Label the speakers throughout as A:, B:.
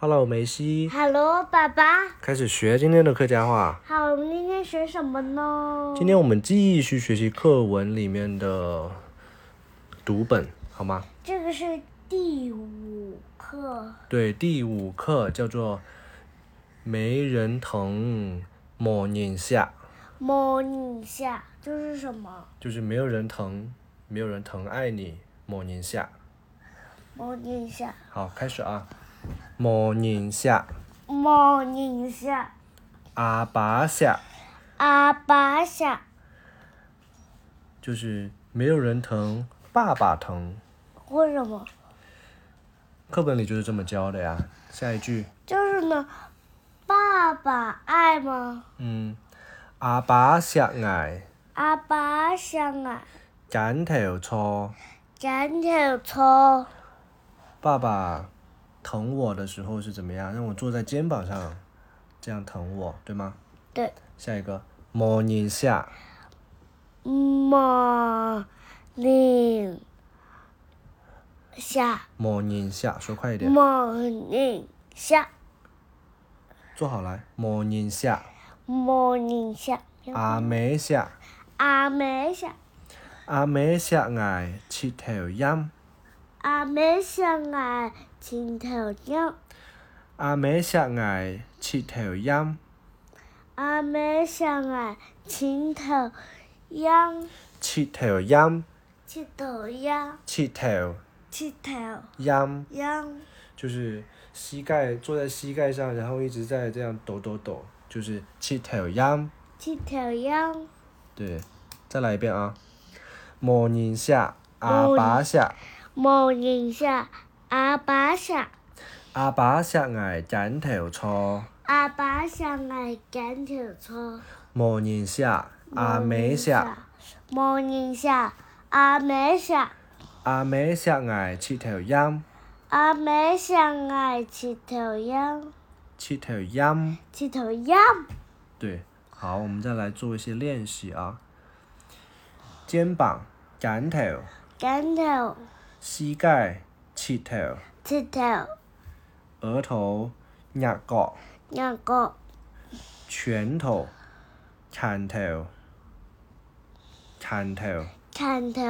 A: Hello，梅西，
B: Hello，爸爸。
A: 开始学今天的客家话。
B: 好，我们今天学什么呢？
A: 今天我们继续学习课文里面的读本，好吗？
B: 这个是第五课，
A: 对，第五课叫做《没人疼莫念下
B: 摸你一下，这是什么？》，
A: 就是没有人疼，没有人疼爱你，莫念下。
B: 摸你一下，
A: 好，开始啊！莫念下，
B: 摸你一下，
A: 阿爸下，
B: 阿爸下，
A: 就是没有人疼，爸爸疼。
B: 为什么？
A: 课本里就是这么教的呀。下一句，
B: 就是呢，爸爸爱吗？
A: 嗯，阿爸下爱。
B: 阿爸想啊，
A: 剪头错，
B: 剪头粗，
A: 爸爸疼我的时候是怎么样？让我坐在肩膀上，这样疼我，对吗？
B: 对，
A: 下一个，摸一下，
B: 摸你一下，
A: 摸一下，说快一点，
B: 摸你一下。
A: 坐好来，摸一下，
B: 摸你一下，
A: 阿妹下，
B: 阿妹下，
A: 阿妹下爱切头音，
B: 阿妹下爱青头鸟，
A: 阿妹下爱切头音，
B: 阿妹下爱青头秧，
A: 切头音，
B: 七头秧，
A: 切头
B: 七头
A: 音，
B: 秧，
A: 就是膝盖坐在膝盖上，然后一直在这样抖抖抖，就是切头音。
B: 七头秧，
A: 对，再来一遍啊！摸一下，阿爸下，
B: 摸你一下，阿爸下，
A: 阿爸下爱剪头错。
B: 阿爸下爱剪头粗，
A: 摸一下，阿妹下，，
B: 摸你一下，阿妹下，
A: 阿妹下爱切头音，
B: 阿妹下爱七头秧，
A: 切头音。
B: 七头秧。
A: 对，好，我们再来做一些练习啊。肩膀剪头，
B: 剪头、
A: 膝盖切头，
B: 切头、
A: 额头压角，
B: 两个
A: 拳头铲头，铲头，
B: 砍头、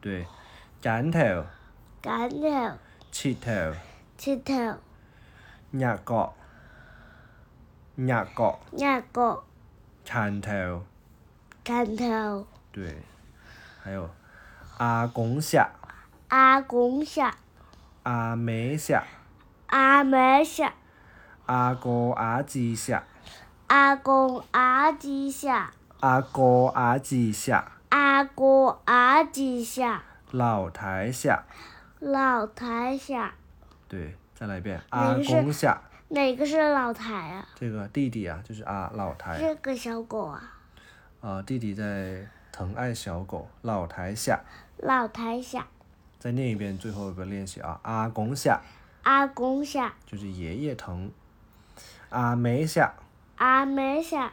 A: 对，剪头。
B: 剪头、
A: 切头、
B: 切头、
A: 压角、压角、
B: 两个
A: 铲头，
B: 砍头、
A: 对，还有阿公下、
B: 阿公下、
A: 阿妹下、
B: 阿妹下、
A: 阿哥阿姊下、
B: 阿公阿姊下、
A: 阿哥阿姊下、
B: 阿哥阿姊下、
A: 老太下，
B: 老台下，
A: 对，再来一遍，阿
B: 哪个是
A: 公下，
B: 哪个是老台啊？
A: 这个弟弟啊，就是阿老太
B: 这个小狗啊，
A: 啊、弟弟在疼爱小狗，老太下，
B: 老台下，
A: 再念一遍最后一个练习啊，阿公下
B: 阿公下，
A: 就是爷爷疼，阿妹下。
B: 阿妹下，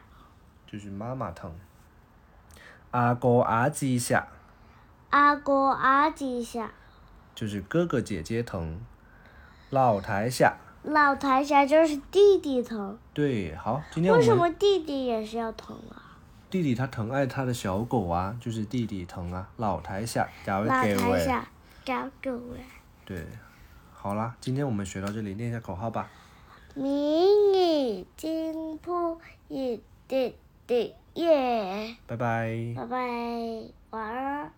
A: 就是妈妈疼。阿哥阿姊下
B: 阿哥阿姊下，
A: 就是哥哥姐姐疼。老台下，
B: 老台下就是弟弟疼。
A: 对，好，今天
B: 为什
A: 我们
B: 么弟弟也是要疼啊？
A: 弟弟他疼爱他的小狗啊，就是弟弟疼啊。老台下，假如
B: 老
A: 给
B: 台
A: 我，
B: 下找主人，
A: 对，好啦，今天我们学到这里，念一下口号吧。
B: 明已经铺一点点夜，
A: 拜拜。
B: 拜拜，晚安。